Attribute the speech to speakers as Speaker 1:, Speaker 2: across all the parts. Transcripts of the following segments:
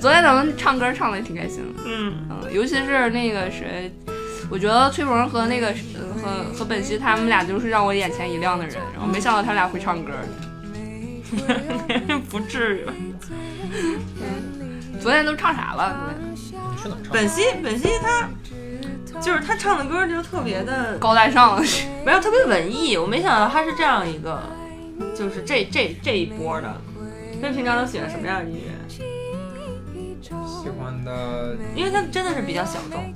Speaker 1: 昨天咱们唱歌唱的也挺开心的，
Speaker 2: 嗯，
Speaker 1: 嗯，尤其是那个谁，我觉得崔鹏和那个呃和和本兮他们俩就是让我眼前一亮的人，然后没想到他们俩会唱歌。
Speaker 2: 不至于吧。
Speaker 1: 昨天都唱啥了？昨天
Speaker 3: 你去哪儿 唱？
Speaker 2: 本兮本兮他就是他唱的歌就特别的
Speaker 1: 高大上，
Speaker 2: 没有特别文艺，我没想到他是这样一个，就是这这这一波的。那平常都喜欢什么样的音乐？
Speaker 3: 喜欢的
Speaker 2: 因为他真的是比较小众。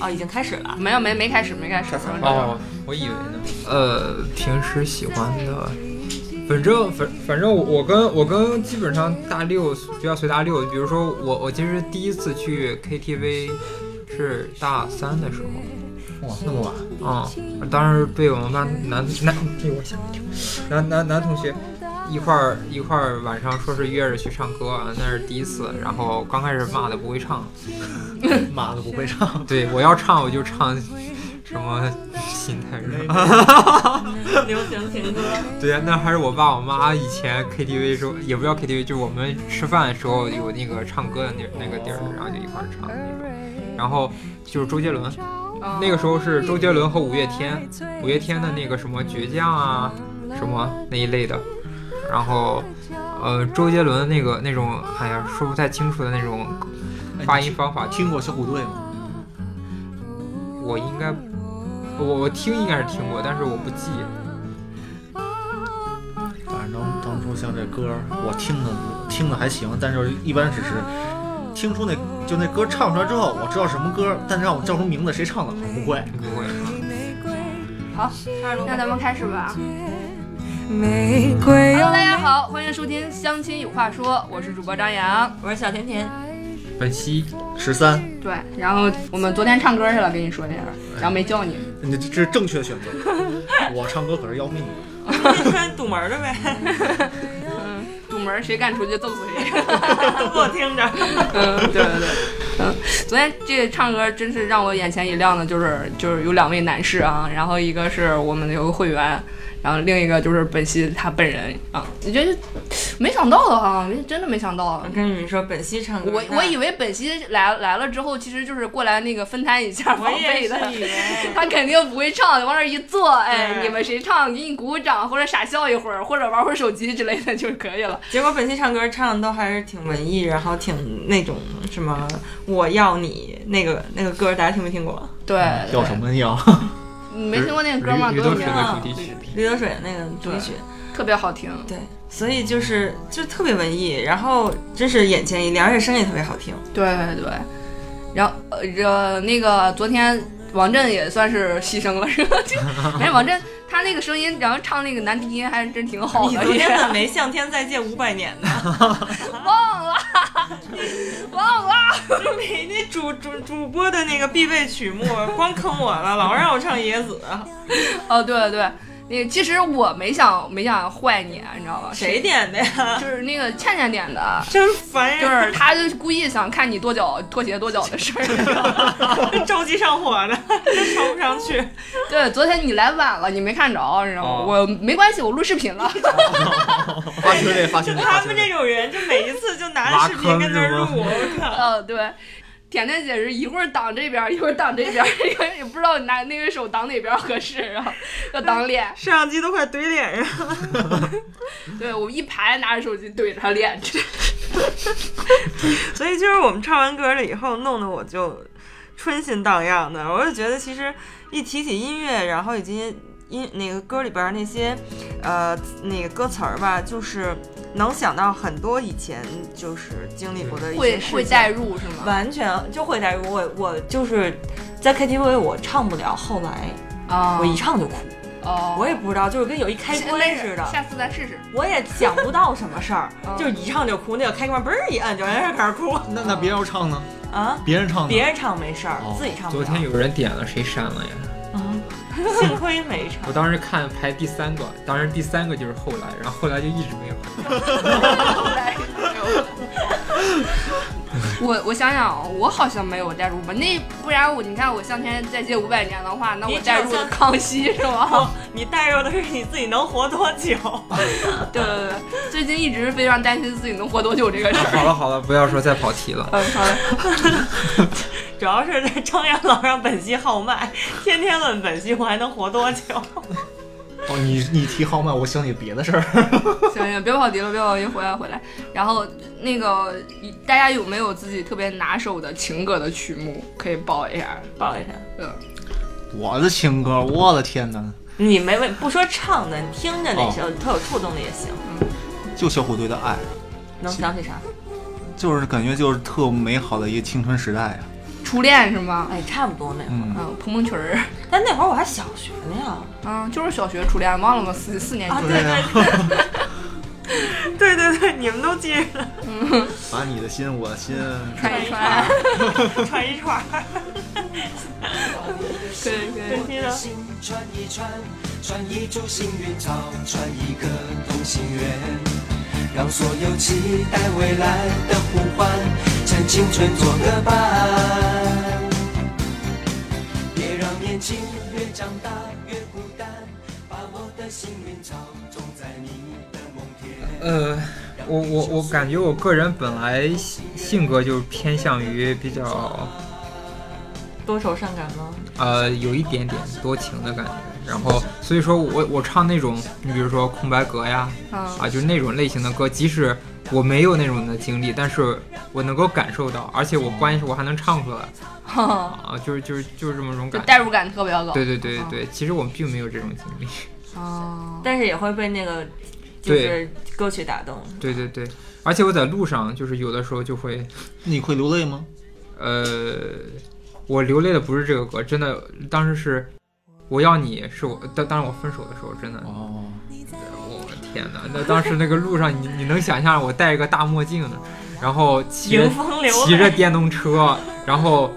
Speaker 2: 哦，已经开始了。
Speaker 1: 没有没没开始没开始。
Speaker 3: 哦，我以为呢。呃，平时喜欢的，反正反反正我我跟我跟基本上大六比较随大六，比如说我我其实第一次去 KTV 是大三的时候。
Speaker 4: 哇，那么晚，
Speaker 3: 啊、当时被我们班男男，哎呦我吓我一跳，男男男同学一块儿一块儿晚上说是约着去唱歌，啊那是第一次，然后刚开始骂的不会 唱，
Speaker 4: 妈的不会唱，
Speaker 3: 对我要唱我就唱什么心态是吧？
Speaker 2: 流行情歌。
Speaker 3: 对呀，那还是我爸我妈以前 KTV 时候，也不叫 KTV，就是我们吃饭的时候有那个唱歌的那那个地儿，然后就一块儿唱的那种，然后就是周杰伦，
Speaker 1: 嗯
Speaker 3: 那个时候是周杰伦和五月天，五月天的那个什么倔强啊，什么那一类的，然后，呃，周杰伦那个那种，哎呀，说不太清楚的那种
Speaker 2: 哎
Speaker 3: 发音方法，
Speaker 4: 听过小虎队吗？
Speaker 3: 我应该，我我听应该是听过，但是我不记。
Speaker 4: 反正当初像这歌儿，我听的听的还行，但就是一般只是听出那就那歌唱出来之后，我知道什么歌儿，但让我叫出名字谁唱的我不会。
Speaker 3: 不会，
Speaker 1: 好，那咱们开始吧。
Speaker 5: 玫瑰
Speaker 1: Hello，大家好，欢迎收听《相亲有话说》，我是主播张扬。
Speaker 2: 我是小甜甜，
Speaker 3: 本兮
Speaker 4: 十三，
Speaker 1: 对，然后我们昨天唱歌去了，跟你说那事儿，然后没叫你。
Speaker 4: 你这这是正确的选 择。我唱歌可是要 命的，
Speaker 2: 穿 堵门的呗，
Speaker 1: 嗯，堵门儿谁敢出去揍死谁。
Speaker 2: 我听着。
Speaker 1: 嗯，对对对，嗯，昨天这唱歌真是让我眼前一亮的，就是就是有两位男士啊，然后一个是我们的有个会员，然后另一个就是本兮他本人啊，我觉得没想到的哈、没真的没想到啊
Speaker 2: 我。跟你们说，本兮唱歌，
Speaker 1: 我我以为本兮来来了之后，其实就是过来那个分摊一下
Speaker 2: 我
Speaker 1: 房
Speaker 2: 也
Speaker 1: 费
Speaker 2: 是嗯
Speaker 1: 的，
Speaker 2: 以为。
Speaker 1: 他肯定不会唱，往那儿一坐，哎，
Speaker 2: 对
Speaker 1: 你们谁唱，给你鼓掌或者傻笑一会儿，或者玩会儿手机之类的就可以了。
Speaker 2: 结果本期唱歌唱的都还是挺文艺，然后挺那种什么我要你那个那个歌，大家听没听过？
Speaker 1: 对，
Speaker 4: 要什么要？
Speaker 1: 你没听过那个歌吗？
Speaker 3: 驴
Speaker 1: 都
Speaker 3: 驴都
Speaker 1: 一
Speaker 3: 是
Speaker 1: 样
Speaker 3: 个
Speaker 2: 样
Speaker 3: 主题曲。
Speaker 2: 驴得水的那个主题曲，
Speaker 1: 啊特别好听。
Speaker 2: 对，所以就是就特别文艺，然后真是眼前一亮，而且声音也特别好听。
Speaker 1: 对对对，然后呃这那个昨天王震也算是牺牲了，是吧？ 就哎，王震他那个声音，然后唱那个男低音还是真挺好
Speaker 2: 你
Speaker 1: 的，
Speaker 2: 昨
Speaker 1: 也
Speaker 2: 天怎么没向天再借五百年 呢？
Speaker 1: 忘了忘了，
Speaker 2: 就每那主主主播的那个必备曲目，光坑我了，老让我唱野子，
Speaker 1: 哦对对对，那个其实我没想没想坏你，你知道吧？
Speaker 2: 谁啊点的呀？
Speaker 1: 就是那个倩倩点的。
Speaker 2: 真烦
Speaker 1: 就
Speaker 2: 人，
Speaker 1: 是他就故意想看你跺脚、拖鞋、跺脚的事 儿。
Speaker 2: 着急上 火呢，真唱不上去。
Speaker 1: 对，昨天你来晚了，你没看着，你知道吗？
Speaker 3: 哦
Speaker 1: 我没关系，我录视频了。
Speaker 4: 发群里发群里发
Speaker 2: 他
Speaker 4: 群
Speaker 2: 们
Speaker 4: 里
Speaker 2: 这。种人，就每一次就拿着视频跟那儿录，我 靠！
Speaker 1: 哦，对，甜甜姐是一会儿挡这边儿，一会儿挡这边儿， 也不知道拿那个手挡哪边儿合适啊，要挡脸。
Speaker 2: 摄像机都快怼脸上，
Speaker 1: 对我一排拿着手机怼着他脸，这
Speaker 2: 所以就是我们唱完歌了以后，弄得我就春心荡漾的。我就觉得，其实一提起音乐，然后以及音那个歌里边那些呃那个歌词儿吧，就是能想到很多以前就是经历过的一
Speaker 1: 会
Speaker 2: 些事
Speaker 1: 会
Speaker 2: 情
Speaker 1: 代入是吗？
Speaker 2: 完全就会代入。我我就是在 KTV 我唱不了，后来
Speaker 1: 啊
Speaker 2: 我一唱就哭，
Speaker 1: 哦，
Speaker 2: 我也不知道，就是跟有一开
Speaker 1: 下
Speaker 2: 关似的。
Speaker 1: 下次再试试。
Speaker 2: 我也想不到什么事儿
Speaker 1: 嗯，
Speaker 2: 就是一唱就哭，那个开关嘣儿一摁就开始哭
Speaker 4: 那那别人要唱呢？
Speaker 2: 啊。
Speaker 4: 别人唱呢？
Speaker 2: 别人唱没事儿
Speaker 4: 哦，
Speaker 2: 自己唱不
Speaker 3: 昨
Speaker 2: 了。
Speaker 3: 天有人点了，谁删了呀？
Speaker 2: 嗯， 幸亏没唱
Speaker 3: 我。当时看排第三个，当时第三个就是后来，然后后来就一直没有。
Speaker 1: 我我想想，我好像没有代入吧？那不然我你看我向前再借五百年的话，那
Speaker 2: 你
Speaker 1: 我
Speaker 2: 只
Speaker 1: 代
Speaker 2: 有
Speaker 1: 入了
Speaker 2: 向
Speaker 1: 康熙是吗？
Speaker 2: 哦，你带入的是你自己能活多久？
Speaker 1: 对对对，最近一直非常担心自己能活多久这个事儿。
Speaker 3: 好了好了，不要说再跑题了。
Speaker 1: 嗯，好的，
Speaker 2: 主要是张元老让本兮号脉，天天问本兮我还能活多久？
Speaker 4: 哦，你你提豪迈，我想起别的事儿。
Speaker 1: 行行，别跑题了，别跑题，回来回来。然后那个大家有没有自己特别拿手的情歌的曲目可以报一下？
Speaker 2: 报一下，
Speaker 1: 嗯，
Speaker 4: 我的情歌，我的天哪！
Speaker 2: 你没问不说唱的，你听着哪些特有触动的也行。
Speaker 4: 就小虎队的爱，
Speaker 2: 能想起啥？
Speaker 4: 就是感觉就是特美好的一个青春时代呀、啊。
Speaker 1: 初恋是吗？
Speaker 2: 哎，差不多那会儿，
Speaker 4: 嗯，
Speaker 1: 嗯，蓬蓬裙儿，
Speaker 2: 但那会儿我还小学呢。
Speaker 1: 嗯，就是小学初恋，忘了吗？四四年级
Speaker 2: 啊，。对对对， 对对对，你们都记着了，
Speaker 4: 把你的心，我的心。
Speaker 1: 穿啊一
Speaker 2: 穿
Speaker 1: 穿，
Speaker 2: 串一串儿。
Speaker 1: 可以可以
Speaker 2: 这。期的
Speaker 6: 心穿一穿，穿一株幸运草，穿一个同心圆，让所有期待未来的呼唤，趁青春做个伴。别让年轻越长大越孤单，把我的幸运草种在你的梦田。
Speaker 3: 呃，我我我感觉我个人本来性性格就偏向于比较
Speaker 2: 多愁善感吗？
Speaker 3: 呃有一点点多情的感觉，然后所以说我我唱那种你比如说空白格呀
Speaker 1: 嗯
Speaker 3: 啊就是那种类型的歌，即使我没有那种的经历，但是我能够感受到，而且我关键是我还能唱出来
Speaker 1: 哼，
Speaker 3: 啊，就是就是就是这么
Speaker 1: 嗯
Speaker 3: 种
Speaker 1: 就
Speaker 3: 感觉。
Speaker 1: 代入啊感特别高。嗯
Speaker 3: 对对对对对，其实我们并没有这种经历。
Speaker 1: 哦，
Speaker 2: 但是也会被那个就是歌曲打动。
Speaker 3: 对对对，而且我在路上就是有的时候就会
Speaker 4: 你会流泪吗？
Speaker 3: 呃，我流泪的不是这个歌，真的，当时是我要你，是我当当时我分手的时候，真
Speaker 2: 嗯
Speaker 3: 的，
Speaker 4: 哦，
Speaker 3: 我天哪，那当时那个路上，你你能想象我戴一个大墨镜呢，然后骑着
Speaker 2: 迎风流泪
Speaker 3: 骑着电动车，然后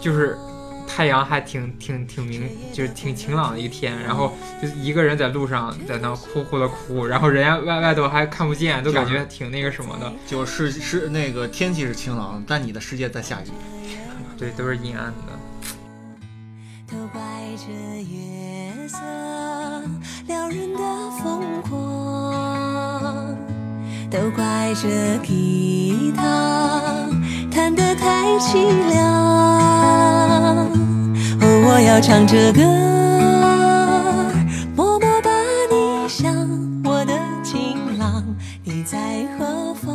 Speaker 3: 就是太阳还挺挺挺明，就是挺晴朗的一天，然后就一个人在路上在那呼呼的哭，然后人家外外头还看不见，都感觉挺那个什么的，
Speaker 4: 就是是那个天气是晴朗，但你的世界在下雨。
Speaker 3: 对，都是阴暗的。
Speaker 5: 都怪这月色撩人的疯狂，都怪这吉他弹得太凄凉。哦，我要唱这歌，默默把你想，我的情郎，你在何方？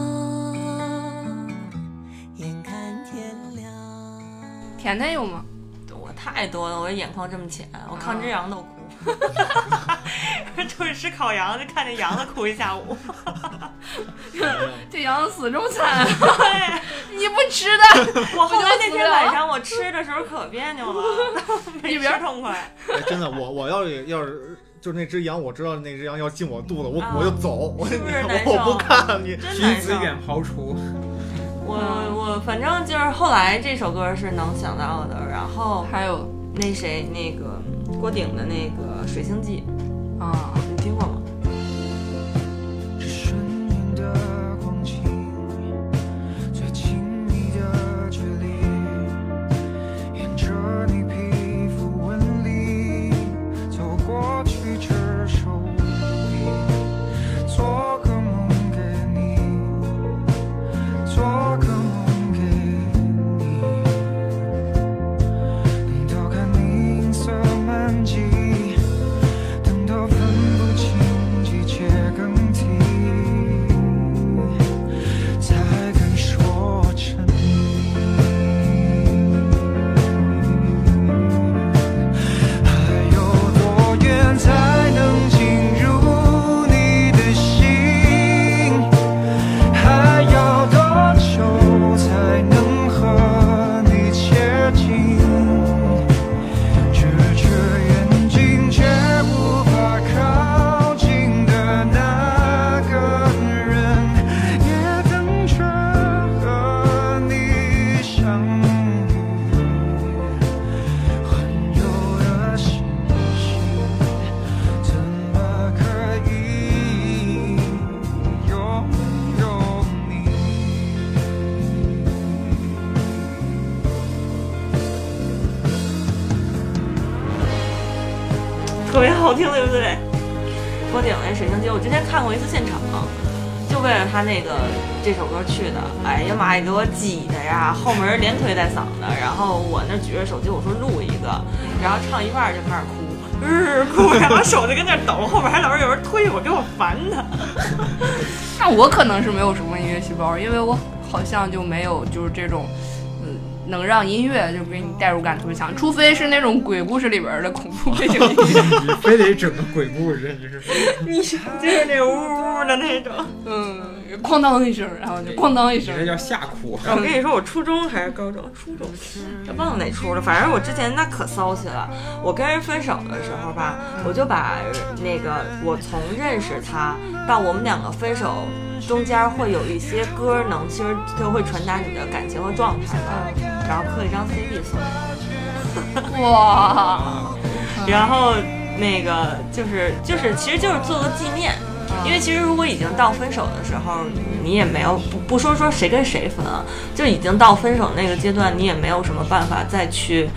Speaker 5: 眼看天亮。
Speaker 1: 甜甜有吗？
Speaker 2: 我太多了，我眼眶这么浅，我看只羊都哭。 就是吃烤羊，就看见羊子哭一下 午。
Speaker 1: 这羊死这么惨，哎你不吃的，
Speaker 2: 我后来那天晚上我吃的时候可别扭 了，没吃痛 快。
Speaker 4: 哎，真的，我我要是要是就那只羊，我知道那只羊要进我肚子，我、
Speaker 2: 啊
Speaker 4: 我就走，我
Speaker 2: 是不是难
Speaker 4: 我
Speaker 2: 受啊
Speaker 4: 我不看你。
Speaker 2: 真
Speaker 3: 君
Speaker 2: 难
Speaker 3: 子
Speaker 2: 受。
Speaker 3: 远庖厨。
Speaker 2: 我我反正就是后来这首歌是能想到的，然后
Speaker 1: 还有
Speaker 2: 那谁那个郭顶的那个《水星记
Speaker 1: 啊》，，
Speaker 2: 你听过吗？
Speaker 6: 顺应的光景，最亲密的距离，沿着你皮肤纹理走过去，炙手无力，做个梦给你，做个梦给你，等到看你银色满际，等到分不清。
Speaker 2: 好听，对不对？郭顶那《水晶街》，我之前看过一次现场，就为了他那个这首歌去的。哎呀妈呀，给我挤的呀，后门连推带搡的。然后我那举着手机，我说录一个，然后唱一半儿就开始哭，日、哭，然后手就跟那儿抖，后边还老是有人推我，给我烦的。
Speaker 1: 那我可能是没有什么音乐细胞，因为我好像就没有就是这种，嗯，能让音乐就给你代入感特别强，除非是那种鬼故事里边儿的恐怖背景音乐。
Speaker 3: 你非得整个鬼故事，你是
Speaker 2: 你就是那呜呜的那种。
Speaker 1: 嗯，哐当一声，然后就哐当一
Speaker 3: 你
Speaker 1: 声，
Speaker 3: 这叫吓哭。
Speaker 2: 我跟你说，我初中还是高中？初中，忘了哪出了。反正我之前那可骚气了。我跟人分手的时候吧，我就把那个我从认识他到我们两个分手中间会有一些歌能，其实就会传达你的感情和状态吧，然后刻一张 CD 送。
Speaker 1: 哇，
Speaker 2: 然后那个就是就是其实就是做个纪念，因为其实如果已经到分手的时候，你也没有不不说说谁跟谁分啊，就已经到分手那个阶段，你也没有什么办法再去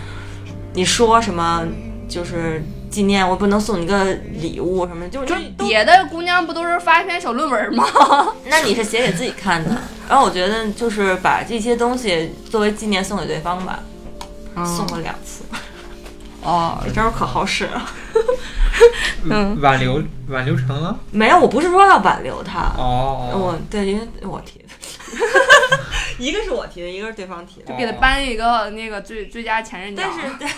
Speaker 2: 你说什么就是纪念，我不能送你个礼物什么，就是
Speaker 1: 就
Speaker 2: 那都
Speaker 1: 别的姑娘不都是发一篇小论文吗？
Speaker 2: 那你是写给自己看的。然后我觉得就是把这些东西作为纪念送给对方吧，送过两次，
Speaker 1: 哦，
Speaker 2: 这招可好使了。
Speaker 1: 嗯
Speaker 3: 挽留挽留成了
Speaker 2: 没有，我不是说要挽留他，
Speaker 3: 哦，
Speaker 2: 我对，因为我提的，一个是我提的，一个是对方提的。
Speaker 1: 给
Speaker 3: 哦
Speaker 1: 他颁一个那个最最佳前任奖。
Speaker 2: 但是，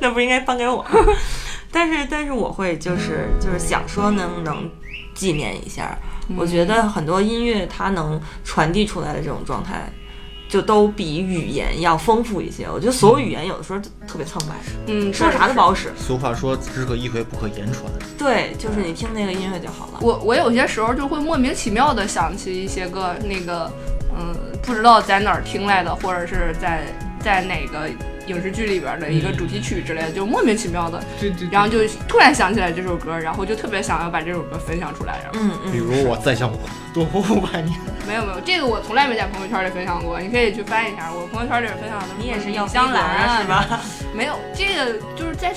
Speaker 2: 那不应该颁给我。 但是，但是我会就是就是想说，能不能纪念一下？我觉得很多音乐它能传递出来的这种状态，就都比语言要丰富一些。我觉得所有语言有的时候都特别苍白，
Speaker 1: 嗯，
Speaker 2: 说啥都不好使。
Speaker 4: 俗话说，只可意会，不可言传。
Speaker 2: 对，就是你听那个音乐就好了。
Speaker 1: 我我有些时候就会莫名其妙的想起一些个那个，嗯，不知道在哪儿听来的，或者是在在哪个影视剧里边的一个主题曲之类的，就莫名其妙的，
Speaker 3: 对对，
Speaker 1: 然后就突然想起来这首歌，然后就特别想要把这首歌分享出来。然后
Speaker 2: 嗯嗯，
Speaker 4: 比如我再向我多活五百年，
Speaker 1: 没有没有，这个我从来没在朋友圈里分享过，你可以去翻一下，我朋友圈里分享的
Speaker 2: 你也是要
Speaker 1: 香兰啊
Speaker 2: 是吧？？
Speaker 1: 没有，这个就是在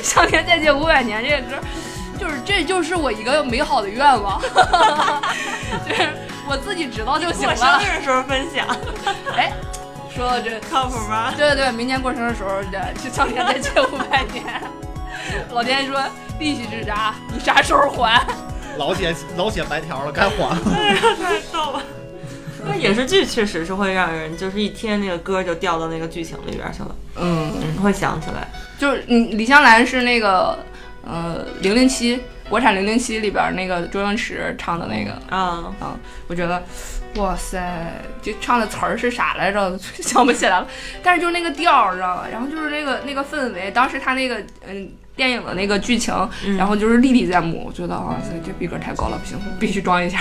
Speaker 1: 向天再借五百年这个歌， 就是这就是我一个美好的愿望， 就是我自己知道就行
Speaker 2: 我生
Speaker 1: 了。
Speaker 2: 日的时候分享，
Speaker 1: 哎，说到这，
Speaker 2: 靠谱吗？
Speaker 1: 对对对，明年过生日的时候去向天再借五百年。 老天说利息是啥？你啥时候还？
Speaker 4: 老写老写白条了，该还了。
Speaker 2: 太逗了。 那影视剧确实是会让人，就是一听那个歌就掉到那个剧情里边去了，
Speaker 1: 嗯，
Speaker 2: 嗯，会想起来。
Speaker 1: 就是你李香兰是那个呃零零七国产零零七里边那个周星驰唱的那个。
Speaker 2: 嗯，
Speaker 1: 啊，我觉得，哇塞，就唱的词儿是啥来着？ 想不起来了。但是就是那个调儿，知道吧？然后就是那个那个氛围，当时他那个嗯电影的那个剧情，
Speaker 2: 嗯
Speaker 1: 然后就是历历在目。我觉得哇塞，这逼格太高了，不行，我必须装一下。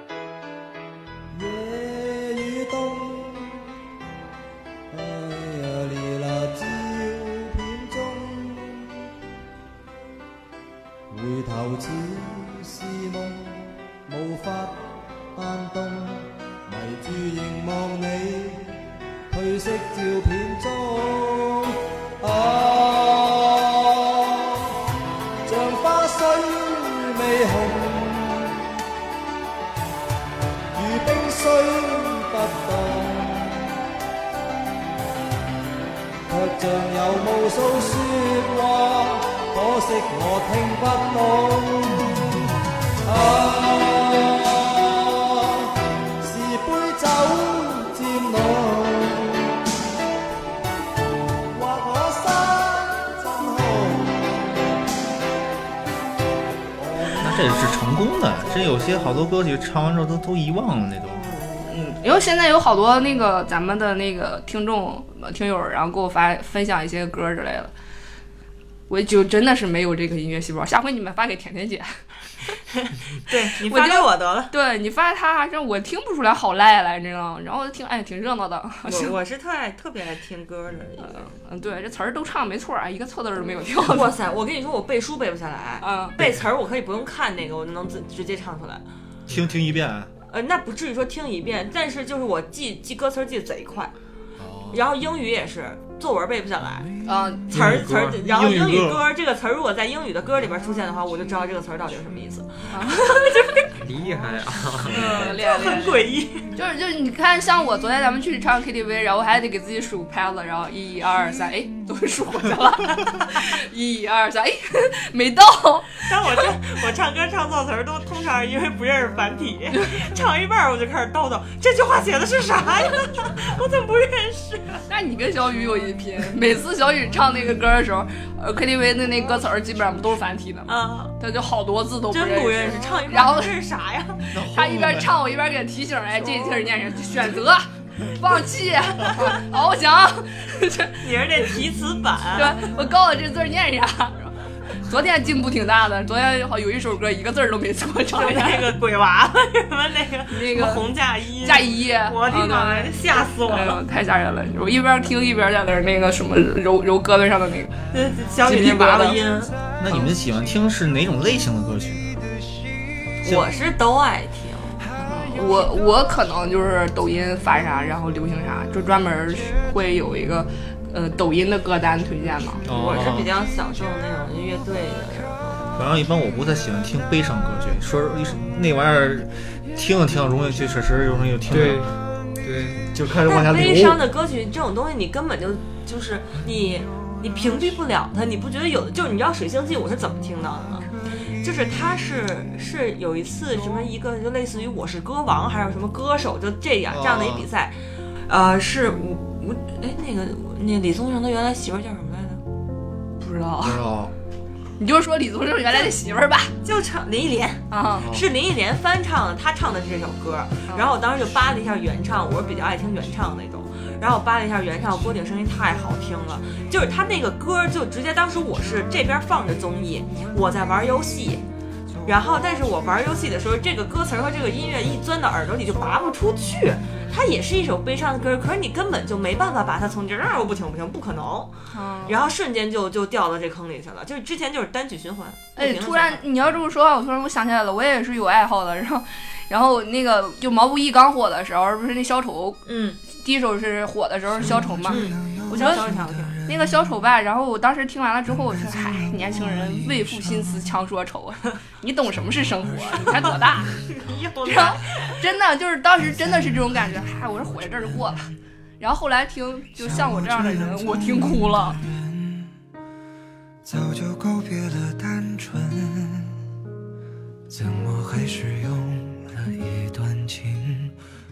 Speaker 7: 哎回頭似是夢，無法安頓，迷住凝望你褪色照片中。啊，像花雖未紅，如冰雖不凍，卻像有無數説話，可惜我聽不懂。啊，是杯酒漸濃。或我心真空。
Speaker 4: 那这是成功的，这有些好多歌曲唱完之后都都遗忘了那都。
Speaker 2: 嗯
Speaker 1: 因为现在有好多那个咱们的那个听众呃听友，然后给我发分享一些歌之类的，我就真的是没有这个音乐细胞。下回你们发给甜甜姐，
Speaker 2: 对你
Speaker 1: 我
Speaker 2: 发
Speaker 1: 就
Speaker 2: 给我得了。
Speaker 1: 对你发他，还是我听不出来好赖来，你知道吗？然后我就听，哎，挺热闹的。
Speaker 2: 我我是特爱特别爱听歌的一个人。
Speaker 1: 嗯，对，这词儿都唱没错啊，一个错字儿都没有 跳。
Speaker 2: 哇塞！我跟你说，我背书背不下 来，
Speaker 1: 嗯，
Speaker 2: 背词儿我可以不用看那个，我就能自直接唱出来。
Speaker 4: 听听一遍，啊
Speaker 2: 呃，那不至于说听一遍，但是就是我记记歌词儿记得贼快。然后英语也是，作文背不下来，
Speaker 1: 嗯，
Speaker 2: 词儿
Speaker 3: 英语歌
Speaker 2: 词儿，然后英
Speaker 4: 英
Speaker 2: 语
Speaker 4: 语歌
Speaker 2: 歌这个词儿如果在英语的歌里边出现的话，我就知道这个词儿到底是什么意思，
Speaker 3: 厉害啊！
Speaker 1: 嗯，练练
Speaker 2: 很诡异。
Speaker 1: 就是就是，你看，像我昨天咱们去唱 KTV，然后我还得给自己数拍子，然后一二三，哎，都数过去了，一二三，哎，没到，
Speaker 2: 但我这我唱歌唱错词儿都通常是因为不认识繁体，唱一半儿我就开始叨叨这句话写的是啥呀？ 我怎么不认识？
Speaker 1: 那你跟小雨有一拼。每次小雨唱那个歌的时候，呃，KTV 的那歌词儿基本上不都是繁体的吗？
Speaker 2: 啊，
Speaker 1: 他就好多字都
Speaker 2: 真不认识，
Speaker 1: 识。
Speaker 2: 唱一半
Speaker 1: 然
Speaker 2: 儿
Speaker 1: 后
Speaker 2: 这是啥呀？
Speaker 1: 他一边唱，我一边给他提醒，哎，这字儿念什么？选择、放弃、 翱翔。这
Speaker 2: 你是这提词板，
Speaker 1: 对，我告诉你这字儿念啥。昨天进步挺大的，昨天好有一首歌一个字儿都没错，
Speaker 2: 就
Speaker 1: 唱一下
Speaker 2: 那个鬼娃 娃什么那个
Speaker 1: 那个
Speaker 2: 什么红嫁衣，啊
Speaker 1: 加一，
Speaker 2: 我的妈呀，吓死我
Speaker 1: 哎
Speaker 2: 了！
Speaker 1: 呦，太吓人了！我一边听一边在那儿那个什么揉揉胳膊上的那个，
Speaker 2: 这这 小雨那娃娃音，
Speaker 4: 那你们喜欢听是哪种类型的歌曲？
Speaker 2: 我是都爱听。
Speaker 1: 我我可能就是抖音发啥，然后流行啥，就专门会有一个呃抖音的歌单推荐嘛。
Speaker 2: 我是比较小众那种乐队的，
Speaker 4: 反正一般我不太喜欢听悲伤歌曲，说一说那玩意儿，听着听着容易就确实容易就听
Speaker 3: 对
Speaker 4: 着
Speaker 3: 对，
Speaker 4: 就开始往下
Speaker 2: 但
Speaker 4: 流。
Speaker 2: 悲伤的歌曲这种东西，你根本就就是你你屏蔽不了它，你不觉得有的就是你知道《水星记》我是怎么听到的吗？就是他是是有一次什么一个就类似于我是歌王还是什么歌手就这样
Speaker 4: 哦
Speaker 2: 这样的一比赛，呃是我我哎那个那李宗盛他原来媳妇儿叫什么来着？
Speaker 1: 不知道
Speaker 2: 啊
Speaker 4: 不，哦知道
Speaker 1: 你就说李宗盛原来的媳妇儿吧。
Speaker 2: 就唱林忆莲。
Speaker 1: 啊，
Speaker 2: 是林忆莲翻唱的，她唱的这首歌，然后我当时就扒了一下原唱，我是比较爱听原唱那种，然后我扒了一下原唱，郭顶声音太好听了，就是他那个歌就直接，当时我是这边放着综艺，我在玩游戏。然后，但是我玩游戏的时候，这个歌词儿和这个音乐一钻到耳朵里就拔不出去。它也是一首悲伤的歌，可是你根本就没办法把它从这儿，我哦不听不听，不可能。然后瞬间就就掉到这坑里去了，就是之前就是单曲循环。不
Speaker 1: 哎，
Speaker 2: 停地
Speaker 1: 突
Speaker 2: 循环
Speaker 1: 然你要这么说话，我突然我想起来了，我也是有爱好的。然 后，然后那个就毛不易刚火的时候，不是那小丑
Speaker 2: 嗯
Speaker 1: 第一首是火的时候是消愁嘛？
Speaker 2: 嗯，
Speaker 1: 我
Speaker 2: 我
Speaker 1: 觉得
Speaker 2: 想想听。
Speaker 1: 那个小丑吧，然后我当时听完了之后，我说：“嗨，年轻人为赋新词强说愁， 你懂什么是生活？你才多 大？”
Speaker 2: 又
Speaker 1: 然后真的就是当时真的是这种感觉，嗨，我是火在这儿就过了。然后后来听，就像我这样的人，我听哭了。
Speaker 6: 早就告别了单纯，怎么还是用了一段情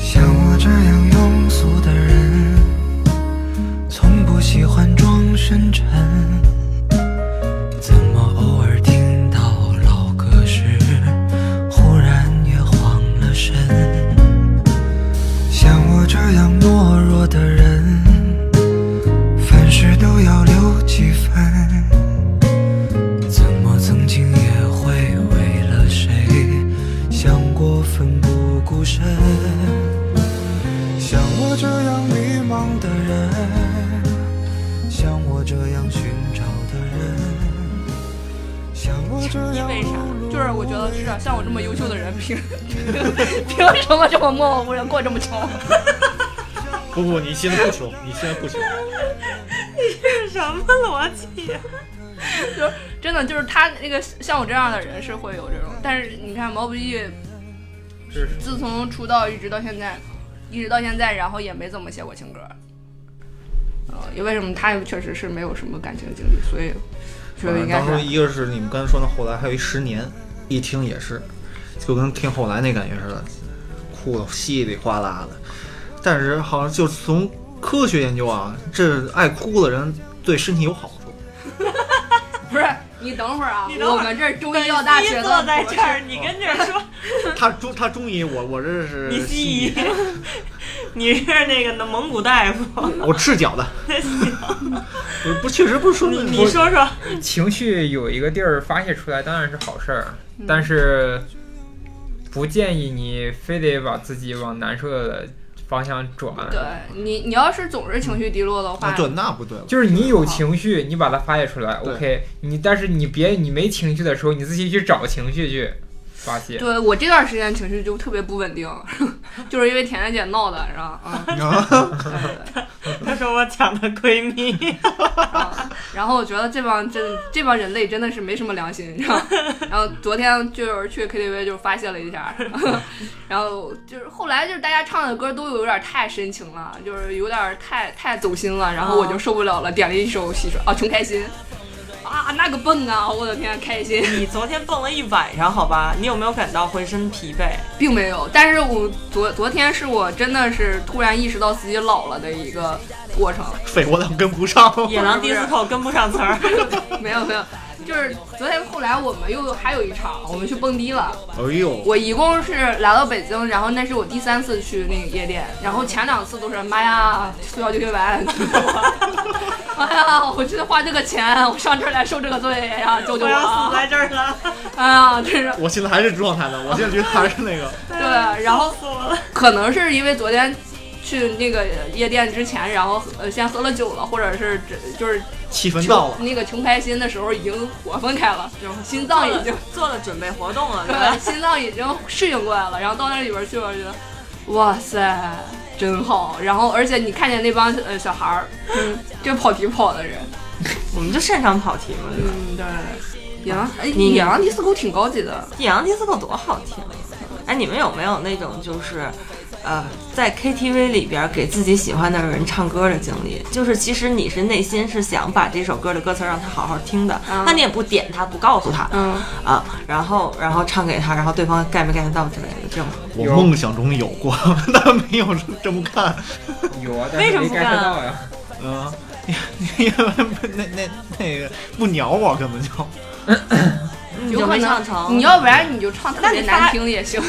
Speaker 6: 像我这样庸俗的人，从不喜欢装深沉。怎么偶尔听到老歌时，忽然也慌了神？像我这样懦弱的人，凡事都要留几分。怎么曾经也会为了谁想过奋不顾身？像我这样迷茫的人，像我这样寻找的人，像我这样
Speaker 1: 为啥？就是我觉得是啊像我这么优秀的人，凭 凭什么这么默默无闻，过这么穷？
Speaker 4: 不不，你现在不穷， 你现在不穷。
Speaker 2: 什么逻辑呀、
Speaker 1: 就是真的，就是他那个像我这样的人是会有这种，但是你看毛不易，
Speaker 3: 是
Speaker 1: 自从出道一直到现在，一直到现在，然后也没怎么写过情歌。呃，因为什么他也确实是没有什么感情经历，所以觉得应该
Speaker 4: 嗯呃当中
Speaker 1: 是
Speaker 4: 一个是你们刚才说的后来，还有一十年，一听也是，就跟听后来那感觉似的，哭的稀里哗啦的。但是好像就从科学研究啊，这爱哭的人对身体有好处。
Speaker 1: 不是你等会儿啊
Speaker 2: 你，等会儿
Speaker 1: 我们这儿中医药大学的
Speaker 2: 坐在
Speaker 1: 博
Speaker 2: 这
Speaker 1: 士
Speaker 2: 儿，你跟这儿说
Speaker 4: 他中他中医，我我这是
Speaker 2: 你西
Speaker 4: 西
Speaker 2: 医， 你是那个蒙古大夫，
Speaker 4: 我赤脚的， 不不确实不是说
Speaker 2: 你
Speaker 4: 那
Speaker 2: 你说说，
Speaker 3: 情绪有一个地儿发泄出来当然是好事儿，但是不建议你非得把自己往难受的方向转。
Speaker 1: 对你，你要是总是情绪低落的话，
Speaker 4: 啊对那不对了，
Speaker 3: 就是你有情绪，你把它发泄出来
Speaker 4: 对
Speaker 3: ，OK 你。但是你别你没情绪的时候，你自己去找情绪去发泄。
Speaker 1: 对我这段时间情绪就特别不稳定， 就是因为甜甜姐闹的，然后啊，对对对
Speaker 2: 他说我抢她闺蜜，
Speaker 1: 啊然后我觉得这帮真这帮人类真的是没什么良心，你知道吗？ 然后昨天就是去 KTV 就发泄了一下， 然后就是后来就是大家唱的歌都有点太深情了，就是有点太太走心了，然后我就受不了了，点了一首洗刷啊，穷开心。啊，那个蹦啊！我的天，开心！
Speaker 2: 你昨天蹦了一晚上，好吧？你有没有感到浑身疲惫？
Speaker 1: 并没有，但是我昨昨天是我真的是突然意识到自己老了的一个过程，
Speaker 4: 肺活量跟不上。
Speaker 2: 野狼 disco 跟不上词儿，
Speaker 1: 没有没有，就是昨天后来我们又还有一场，我们去蹦迪了。
Speaker 4: 哎呦，
Speaker 1: 我一共是来到北京，然后那是我第三次去那个夜店，然后前两次都是妈呀，四幺九九百， 哎呀，我这花这个钱，我上这儿来受这个罪哎呀，救救我
Speaker 2: 我要
Speaker 1: 啊
Speaker 2: 死！在这儿了，
Speaker 1: 哎呀，真是
Speaker 4: 我现在还是状态呢，我现在觉得还是那个。
Speaker 1: 对，呃 然后
Speaker 2: 死我了。
Speaker 1: 可能是因为昨天去那个夜店之前，然后呃先喝了酒了，或者是只就是
Speaker 4: 气氛到了，
Speaker 1: 那个穷开心的时候已经火分开了，心脏已经
Speaker 2: 做了准备活动 了，对吧
Speaker 1: 对，？呃心脏已经适应过来了，然后到那里边去，我就觉得哇塞，真好。然后而且你看见那帮呃小孩儿，嗯，就跑题跑的人，
Speaker 2: 我们就擅长跑题嘛。对吧
Speaker 1: 嗯，对，野狼，哎，
Speaker 2: 你
Speaker 1: 野狼迪斯科挺高级的，
Speaker 2: 野狼迪斯科多好听啊！哎，你们有没有那种就是，呃，在 KTV 里边给自己喜欢的人唱歌的经历？就是其实你是内心是想把这首歌的歌词让他好好听的，
Speaker 1: 嗯
Speaker 2: 但你也不点他，不告诉他，
Speaker 1: 嗯，
Speaker 2: 啊，然后然后唱给他，然后对方 get 没 get 到之类的这种。
Speaker 4: 我梦想中有过， 但没有这么干。
Speaker 3: 有啊，但
Speaker 2: 为
Speaker 3: 是
Speaker 2: 什么
Speaker 3: 没
Speaker 2: 不
Speaker 3: get
Speaker 2: 干啊
Speaker 3: 到呀。
Speaker 4: 嗯，因为 那那那个不鸟我，根本就
Speaker 2: 你
Speaker 1: 有
Speaker 2: 就
Speaker 1: 可
Speaker 2: 没唱
Speaker 1: 能
Speaker 2: 成，
Speaker 1: 你要不然你就唱特别
Speaker 2: 那你发
Speaker 1: 难听也行。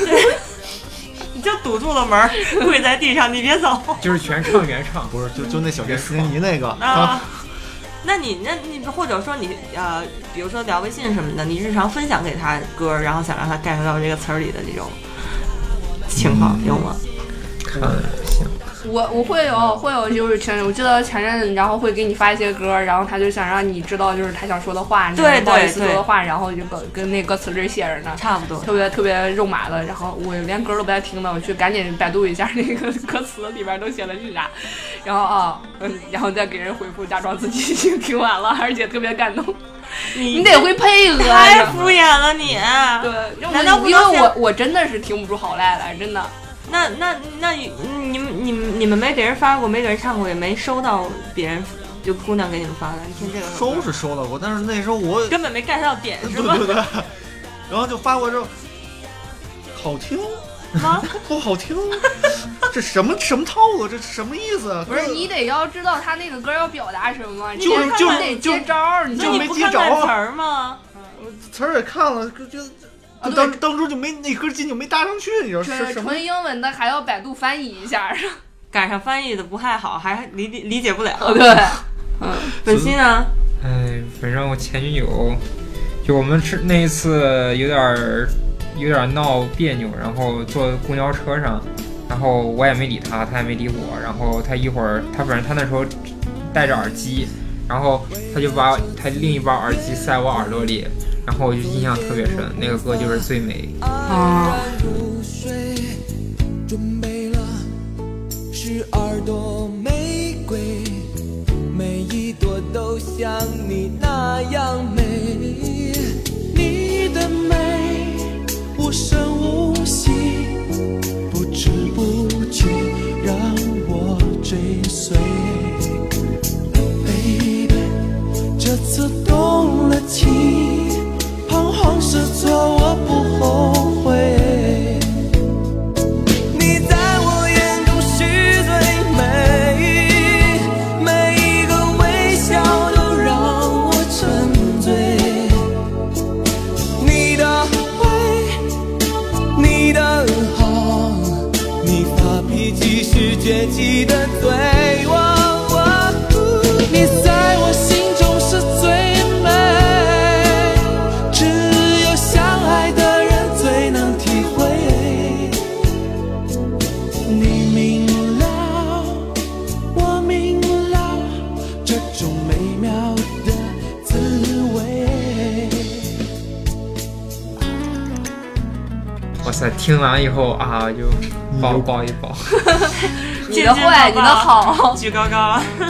Speaker 2: 你就堵住了门儿，跪在地上，你别走
Speaker 3: 就是全唱原唱，
Speaker 4: 不是就就那小学四年级那个
Speaker 2: 啊。那你那你或者说你呃，比如说聊微信什么的，你日常分享给他歌，然后想让他 get 到这个词儿里的这种情况有吗？
Speaker 3: 看行。
Speaker 1: 我我会有会有就是前我记得前任，然后会给你发一些歌，然后他就想让你知道就是他想说的话，你
Speaker 2: 对
Speaker 1: 不好意思说
Speaker 2: 对对
Speaker 1: 的话，然后就跟跟那歌词里写着呢，
Speaker 2: 差不多。
Speaker 1: 特别特别肉麻的。然后我连歌都不带听的，我去赶紧百度一下那个歌词里边都写的是啥，然后啊， 嗯，然后再给人回复，假装自己已经听完了，而且特别感动。
Speaker 2: 你
Speaker 1: 你得会配合
Speaker 2: 太
Speaker 1: 呀。
Speaker 2: 敷衍了你。
Speaker 1: 对，
Speaker 2: 难道不
Speaker 1: 因为
Speaker 2: 能像
Speaker 1: 我我真的是听不出好赖来，真的。
Speaker 2: 那那那你你们你们你们没给人发过，没给人唱过，也没收到别人就姑娘给你们发的。你听这个
Speaker 4: 收是收了过，但是那时候我
Speaker 2: 根本没 get 到点
Speaker 4: 对
Speaker 2: 是吗？
Speaker 4: 对对，然后就发过之后，好听
Speaker 2: 吗？
Speaker 4: 不好听， 这什么什么套路？这什么意思啊？
Speaker 1: 不是你得要知道他那个歌要表达什么，
Speaker 4: 就是
Speaker 1: 你得
Speaker 4: 就是
Speaker 1: 你得接招儿，你
Speaker 2: 那
Speaker 1: 就
Speaker 4: 就
Speaker 2: 你
Speaker 4: 没
Speaker 2: 不
Speaker 4: 记
Speaker 2: 看
Speaker 4: 着
Speaker 2: 看词儿吗？
Speaker 4: 词儿也看了，就就
Speaker 1: 啊
Speaker 4: 当
Speaker 1: 对
Speaker 4: 当初就没那歌劲就没搭上去，你说是
Speaker 1: 纯
Speaker 4: 什么？
Speaker 1: 纯英文的还要百度翻译一下。
Speaker 2: 赶上翻译的不太好，还理理理解 不了。
Speaker 1: 对，
Speaker 2: 本期呢，
Speaker 3: 哎，反正我前女友，就我们是那一次有点儿有点儿闹别扭，然后坐公交车上，然后我也没理她，她也没理我，然后她一会儿，她反正她那时候戴着耳机，然后她就把她另一把耳机塞我耳朵里，然后我就印象特别深，那个歌就是《最美》。
Speaker 1: 啊，
Speaker 6: 入睡，准备了十二朵玫瑰，每一朵都像你那样美。你的美无声无息，不知不觉让我追随。
Speaker 3: 塞，听完以后啊，就抱
Speaker 4: 你就
Speaker 3: 抱一 抱。
Speaker 1: 你的坏，你的好，
Speaker 2: 举高啊高。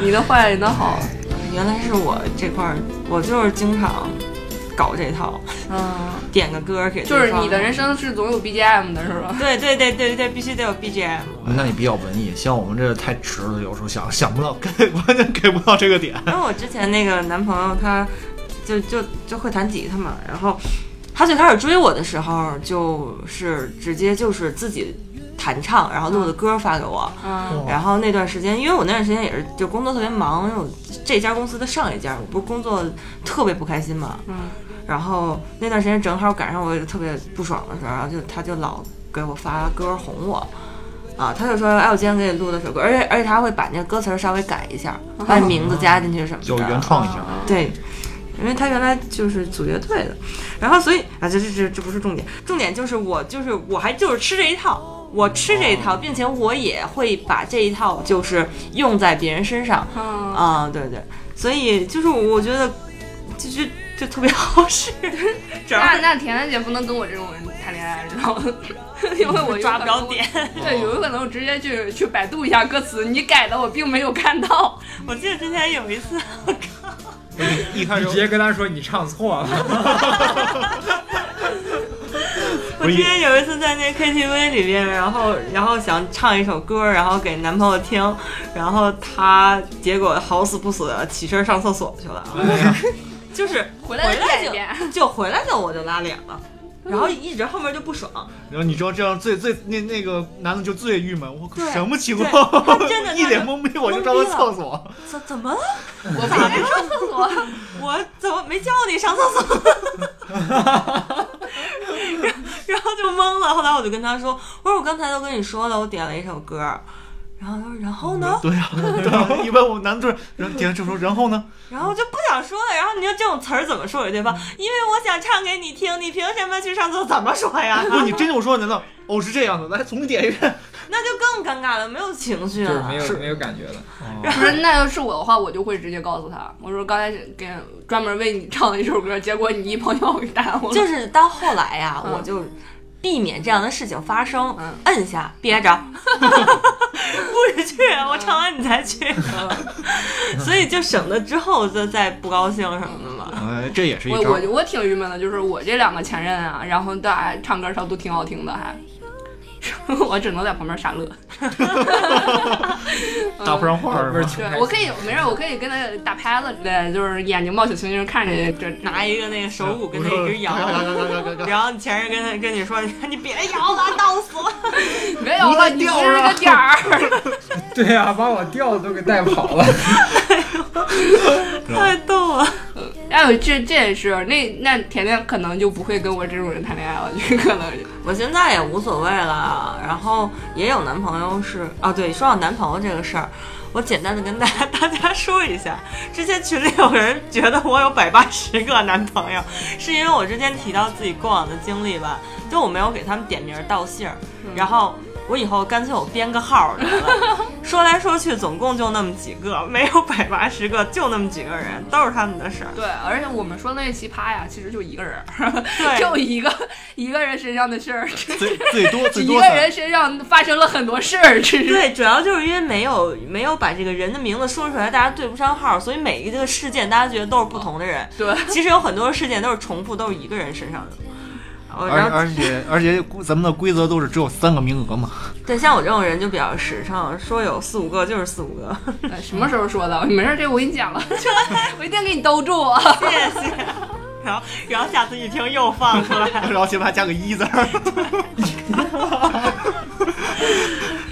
Speaker 1: 你的坏，你的好，
Speaker 2: 原来是我这块儿，我就是经常搞这套，
Speaker 1: 嗯，
Speaker 2: 点个歌给
Speaker 1: 就是
Speaker 2: 对方
Speaker 1: 你的人生是总有 BGM 的，是吧？
Speaker 2: 对对对对对，必须得有 BGM。
Speaker 4: 那你比较文艺，像我们这太直了，有时候想想不到，给 完全给不到这个点。
Speaker 2: 因为我之前那个男朋友他就就就会弹吉他嘛，然后他最开始追我的时候，就是直接就是自己弹唱，然后录的歌发给我。
Speaker 1: 嗯
Speaker 2: 然后那段时间，因为我那段时间也是就工作特别忙，因为我这家公司的上一家，我不是工作特别不开心嘛，
Speaker 1: 嗯，
Speaker 2: 然后那段时间正好赶上我有一个特别不爽的时候，然后就他就老给我发歌哄我，啊，他就说，哎，我今天给你录了首歌，而且而且他还会把那个歌词儿稍微改一下，把名字加进去什么的，
Speaker 4: 就原创一下，
Speaker 2: 对，因为他原来就是组乐队的，然后所以啊，这这这这不是重点，重点就是我就是我还就是吃这一套。我吃这一套，并且我也会把这一套就是用在别人身上
Speaker 1: 嗯，
Speaker 2: 啊、对对，所以就是我觉得就就就特别好使，主要
Speaker 1: 那
Speaker 2: 是
Speaker 1: 那甜甜姐不能跟我这种人谈恋爱，知道吗？ 因为我有
Speaker 2: 抓
Speaker 1: 可
Speaker 2: 不
Speaker 1: 能
Speaker 2: 着点。。
Speaker 1: 对，有可能我直接去去百度一下歌词，你改的我并没有看到。
Speaker 2: 我记得之前有一次，
Speaker 4: 啊一开
Speaker 3: 你
Speaker 4: 始
Speaker 3: 直接跟他说你唱错了，
Speaker 2: 我之前有一次在那 KTV 里边，然后然后想唱一首歌，然后给男朋友听，然后他结果好死不死的起身上厕所去了，就是
Speaker 1: 回
Speaker 2: 来
Speaker 1: 来
Speaker 2: 就
Speaker 1: 再见一 遍。
Speaker 2: 就回来就我就拉脸了，然后一直后面就不爽，
Speaker 4: 然后你知道这样最最那那个男的就最郁闷，我靠
Speaker 2: 对
Speaker 4: 什么情
Speaker 2: 对
Speaker 4: 况？
Speaker 2: 他真 的
Speaker 4: 一脸懵逼，我就上个厕所，
Speaker 2: 怎怎么了？
Speaker 1: 我咋没上厕所？
Speaker 2: 我怎么没叫你上厕所？ 然后然后就懵了。后来我就跟他说：“我说我刚才都跟你说了，我点了一首歌。”然后他说：“然后
Speaker 3: 嗯
Speaker 2: 呢
Speaker 4: 对啊呀、 对呀、一般我男的就是，然后点这说，然后呢？？”
Speaker 2: 然后我就不想说了。然后你就这种词儿怎么说给对方？因为我想唱给你听，你凭什么去上厕所？怎么说呀？
Speaker 4: 不是你真跟我说，难道哦是这样的？来重新点一遍。
Speaker 2: 那就更尴尬了，没有情绪
Speaker 3: 就是
Speaker 2: 了。
Speaker 3: 没有没有感觉了。
Speaker 1: 不是，那要是我的话，我就会直接告诉他，我说刚才给专门为你唱了一首歌，结果你一朋友给耽 误了。
Speaker 2: 就是到后来呀、
Speaker 1: 嗯
Speaker 2: 我就避免这样的事情发生，
Speaker 1: 嗯
Speaker 2: 摁下憋 着，不许去，我唱完你再去，所以就省得之后再再不高兴什么的嘛。
Speaker 4: 哎，这也是一
Speaker 1: 我
Speaker 4: 招
Speaker 1: 我。我挺郁闷的，就是我这两个前任啊，然后大家唱歌啥都挺好听的，还。 我只能在旁边傻乐，
Speaker 4: 搭不上话儿
Speaker 3: 不是
Speaker 4: 吗？
Speaker 3: 挺开
Speaker 1: 嗯对
Speaker 3: 心
Speaker 1: 我可以没事，我可以跟他打拍子之类的，就是眼睛冒起星星看着这
Speaker 2: 拿一个那个手鼓跟
Speaker 4: 嗯
Speaker 2: 他一直 摇，
Speaker 4: 摇，
Speaker 2: 然后你前任跟他跟你说，你别摇了， 闹死了。
Speaker 1: 没有了，你
Speaker 4: 掉
Speaker 1: 是
Speaker 4: 啊
Speaker 1: 个点儿，
Speaker 3: 对呀、把我调子都给带跑了。
Speaker 2: 太逗了。
Speaker 1: 哎呦，这这也是那那甜甜可能就不会跟我这种人谈恋爱了，就可能
Speaker 2: 我现在也无所谓了，然后也有男朋友是啊，对，说到男朋友这个事儿，我简单的跟大家大家说一下， 之前群里有人觉得我有百八十个男朋友，是因为我之前提到自己过往的经历吧，就我没有给他们点名儿道姓儿，然后。我以后干脆我编个号儿得了，说来说去总共就那么几个，没有百八十个，就那么几个人，都是他们的事儿。
Speaker 1: 对。而且我们说那奇葩呀，其实就一个人儿，
Speaker 2: 对，
Speaker 1: 就一个一个人身上的事儿，
Speaker 4: 最最多最
Speaker 1: 一
Speaker 4: 多
Speaker 1: 个人身上发生了很多事儿，这 是
Speaker 2: 对，主要就是因为没有没有把这个人的名字说出来，大家对不上号，所以每一个事件大家觉得都是不同的人。
Speaker 1: 对
Speaker 2: 其实有很多事件都是重复，都是一个人身上的。我
Speaker 4: 而
Speaker 2: 然后
Speaker 4: 而且而且咱们的规则都是只有三个名额嘛，
Speaker 2: 对像我这种人就比较实诚，说有四五个就是四五个。
Speaker 1: 哎什么时候说的？没事，这我跟你讲了，我一定给你兜住啊！
Speaker 2: 谢谢。然后然后下次一听又放出来，
Speaker 4: 然后前面还加个一字儿，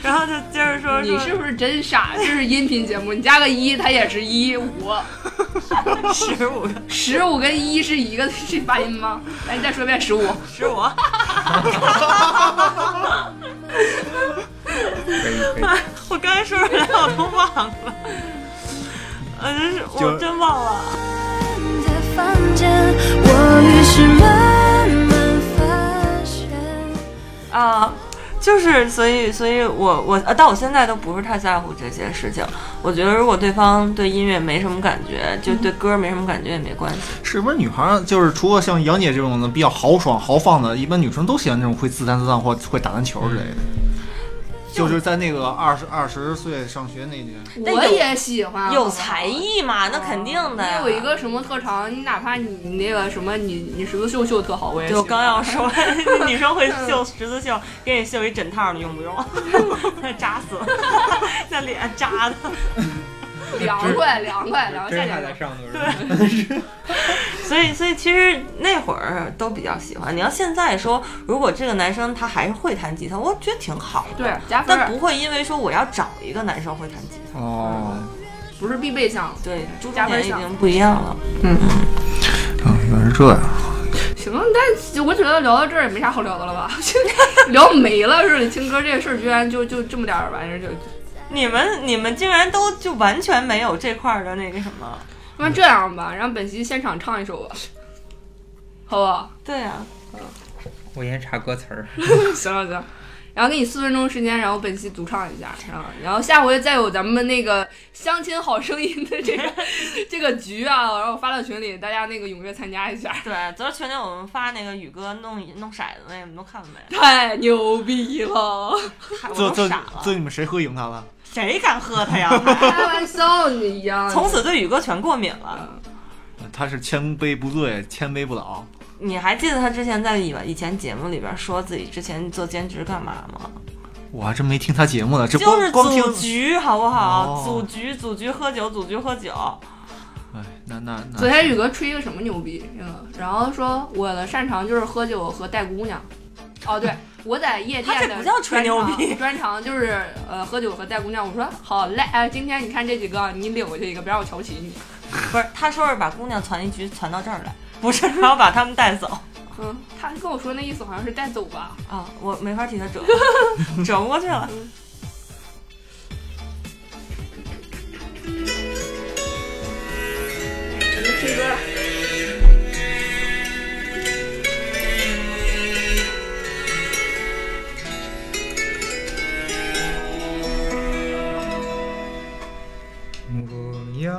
Speaker 2: 然后就接着说
Speaker 1: 你
Speaker 2: 说
Speaker 1: 是不是真傻？这是音频节目，你加个一，它也是一五
Speaker 2: 十五个
Speaker 1: 十五跟一是一个 是发音吗？来，你再说一遍十五。
Speaker 2: 十五。
Speaker 3: 可以可以。
Speaker 2: 我刚才说出来我都忘了，我真是我
Speaker 4: 就
Speaker 2: 真忘了。
Speaker 8: 的房间，我于是慢慢发现，
Speaker 2: 啊，就是，所以，所以我我，呃但我现在都不是太在乎这些事情。我觉得，如果对方对音乐没什么感觉，
Speaker 1: 嗯
Speaker 2: 就对歌没什么感觉也没关系。
Speaker 4: 是不是女孩儿就是除了像杨姐这种的比较豪爽豪放的，一般女生都喜欢那种会自弹自唱或会打篮球之类的。就是在那个二十二十岁上学那年，
Speaker 2: 但
Speaker 1: 我
Speaker 2: 有
Speaker 1: 也喜欢啊
Speaker 2: 有才。啊艺嘛，那肯定的呀。
Speaker 1: 你有一个什么特长，你哪怕你那个什么，你你十字绣绣特好，我也
Speaker 2: 对，我
Speaker 1: 喜
Speaker 2: 刚
Speaker 1: 欢
Speaker 2: 要说，女生会
Speaker 1: 嗯
Speaker 2: 绣十字绣，给你绣一枕套，你用不用？ 扎死了， 那脸扎的。
Speaker 1: 凉快凉快凉快
Speaker 3: 真还
Speaker 1: 凉
Speaker 3: 在
Speaker 1: 快。
Speaker 3: 上头是吧？
Speaker 2: 所以，所以其实那会儿都比较喜欢。你要现在说，如果这个男生他还是会弹吉他，我觉得挺好的。
Speaker 1: 对，加分
Speaker 2: 但
Speaker 1: 儿
Speaker 2: 啊不会因为说我要找一个男生会弹吉他。
Speaker 4: 哦，
Speaker 1: 不是必备项。
Speaker 2: 对，朱
Speaker 1: 加
Speaker 2: 重
Speaker 1: 分
Speaker 2: 点已
Speaker 1: 项
Speaker 2: 经不一样了。
Speaker 4: 嗯，原来是这样。
Speaker 1: 行，但我觉得聊到这儿也没啥好聊的了吧？ 聊没了似的，听歌这事儿居然就就这么点儿玩意儿就，
Speaker 2: 你们你们竟然都就完全没有这块儿的那个什么？
Speaker 1: 那这样吧，让本期现场唱一首吧，好不好？
Speaker 2: 对啊，
Speaker 3: 我先查歌词儿。
Speaker 1: 行了行了，然后给你四分钟时间，然后本期独唱一下，然后然后下回再有咱们那个相亲好声音的这个 这个局啊，然后发到群里，大家那个踊跃参加一下，
Speaker 2: 对，啊昨儿群里我们发那个宇哥弄一弄骰子那，你们都看 了没？
Speaker 1: 太牛逼了！
Speaker 2: 看我
Speaker 4: 这
Speaker 2: 都
Speaker 4: 这
Speaker 2: 傻了
Speaker 4: 这，你们谁喝赢他了？
Speaker 2: 谁敢喝 他呀？
Speaker 1: 开玩笑你一样，
Speaker 2: 从此对宇哥全过敏了。
Speaker 4: 他是千杯不醉，千杯不倒。
Speaker 2: 你还记得他之前在以以前节目里边说自己之前做兼职干嘛吗？
Speaker 4: 我还真没听他节目呢，这
Speaker 2: 就
Speaker 4: 光
Speaker 2: 是
Speaker 4: 光听
Speaker 2: 组，局，好不好？
Speaker 4: 哦
Speaker 2: 组局，组局喝酒，组局喝酒。
Speaker 4: 哎，那那
Speaker 2: 啊
Speaker 4: 那，
Speaker 1: 昨天宇哥吹一个什么牛逼？嗯，然后说我的擅长就是喝酒和带姑娘。哦， 对，我在夜店的
Speaker 2: 他这不叫吹牛逼
Speaker 1: 专长专长就是呃喝酒和带姑娘。我说好嘞， 哎，今天你看这几个，你领回去一个，别让我瞧不起你。
Speaker 2: 不是，他说是把姑娘传一局传到这儿来，不是说要把他们带走
Speaker 1: 嗯，他跟我说那意思好像是带走吧。
Speaker 2: 啊！我没法替 他折，折不过去了。
Speaker 1: 听歌了。
Speaker 3: 姑娘，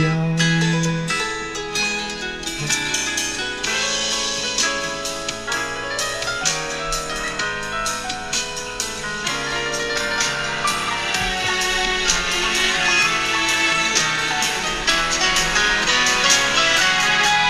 Speaker 3: 亮。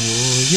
Speaker 3: 我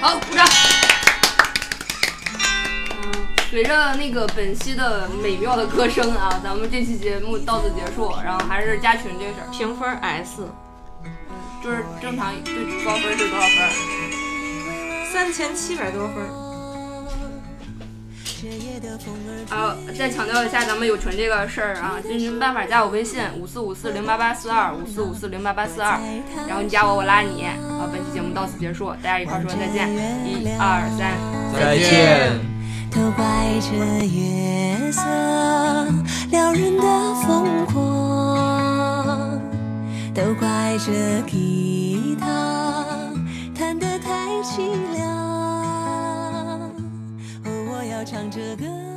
Speaker 1: 好，鼓掌。嗯随着那个本期的美妙的歌声啊，咱们这期节目到此结束。然后还是加群这事儿，
Speaker 2: 评分 S
Speaker 1: 就是正常对高分是多少分？
Speaker 2: 三千七百多分，
Speaker 5: 这夜的风儿
Speaker 1: 啊，再强调一下咱们有群这个事儿啊，进群办法加我微信五四五四零八八四二五四五四零八八四二，然后你加我，我拉你。啊，本期节目到此结束，大家一块儿说再见，一二三。
Speaker 3: 再见。
Speaker 5: 都怪这月色撩人的疯狂，都怪这吉他弹得太凄凉。哦，我要唱着歌。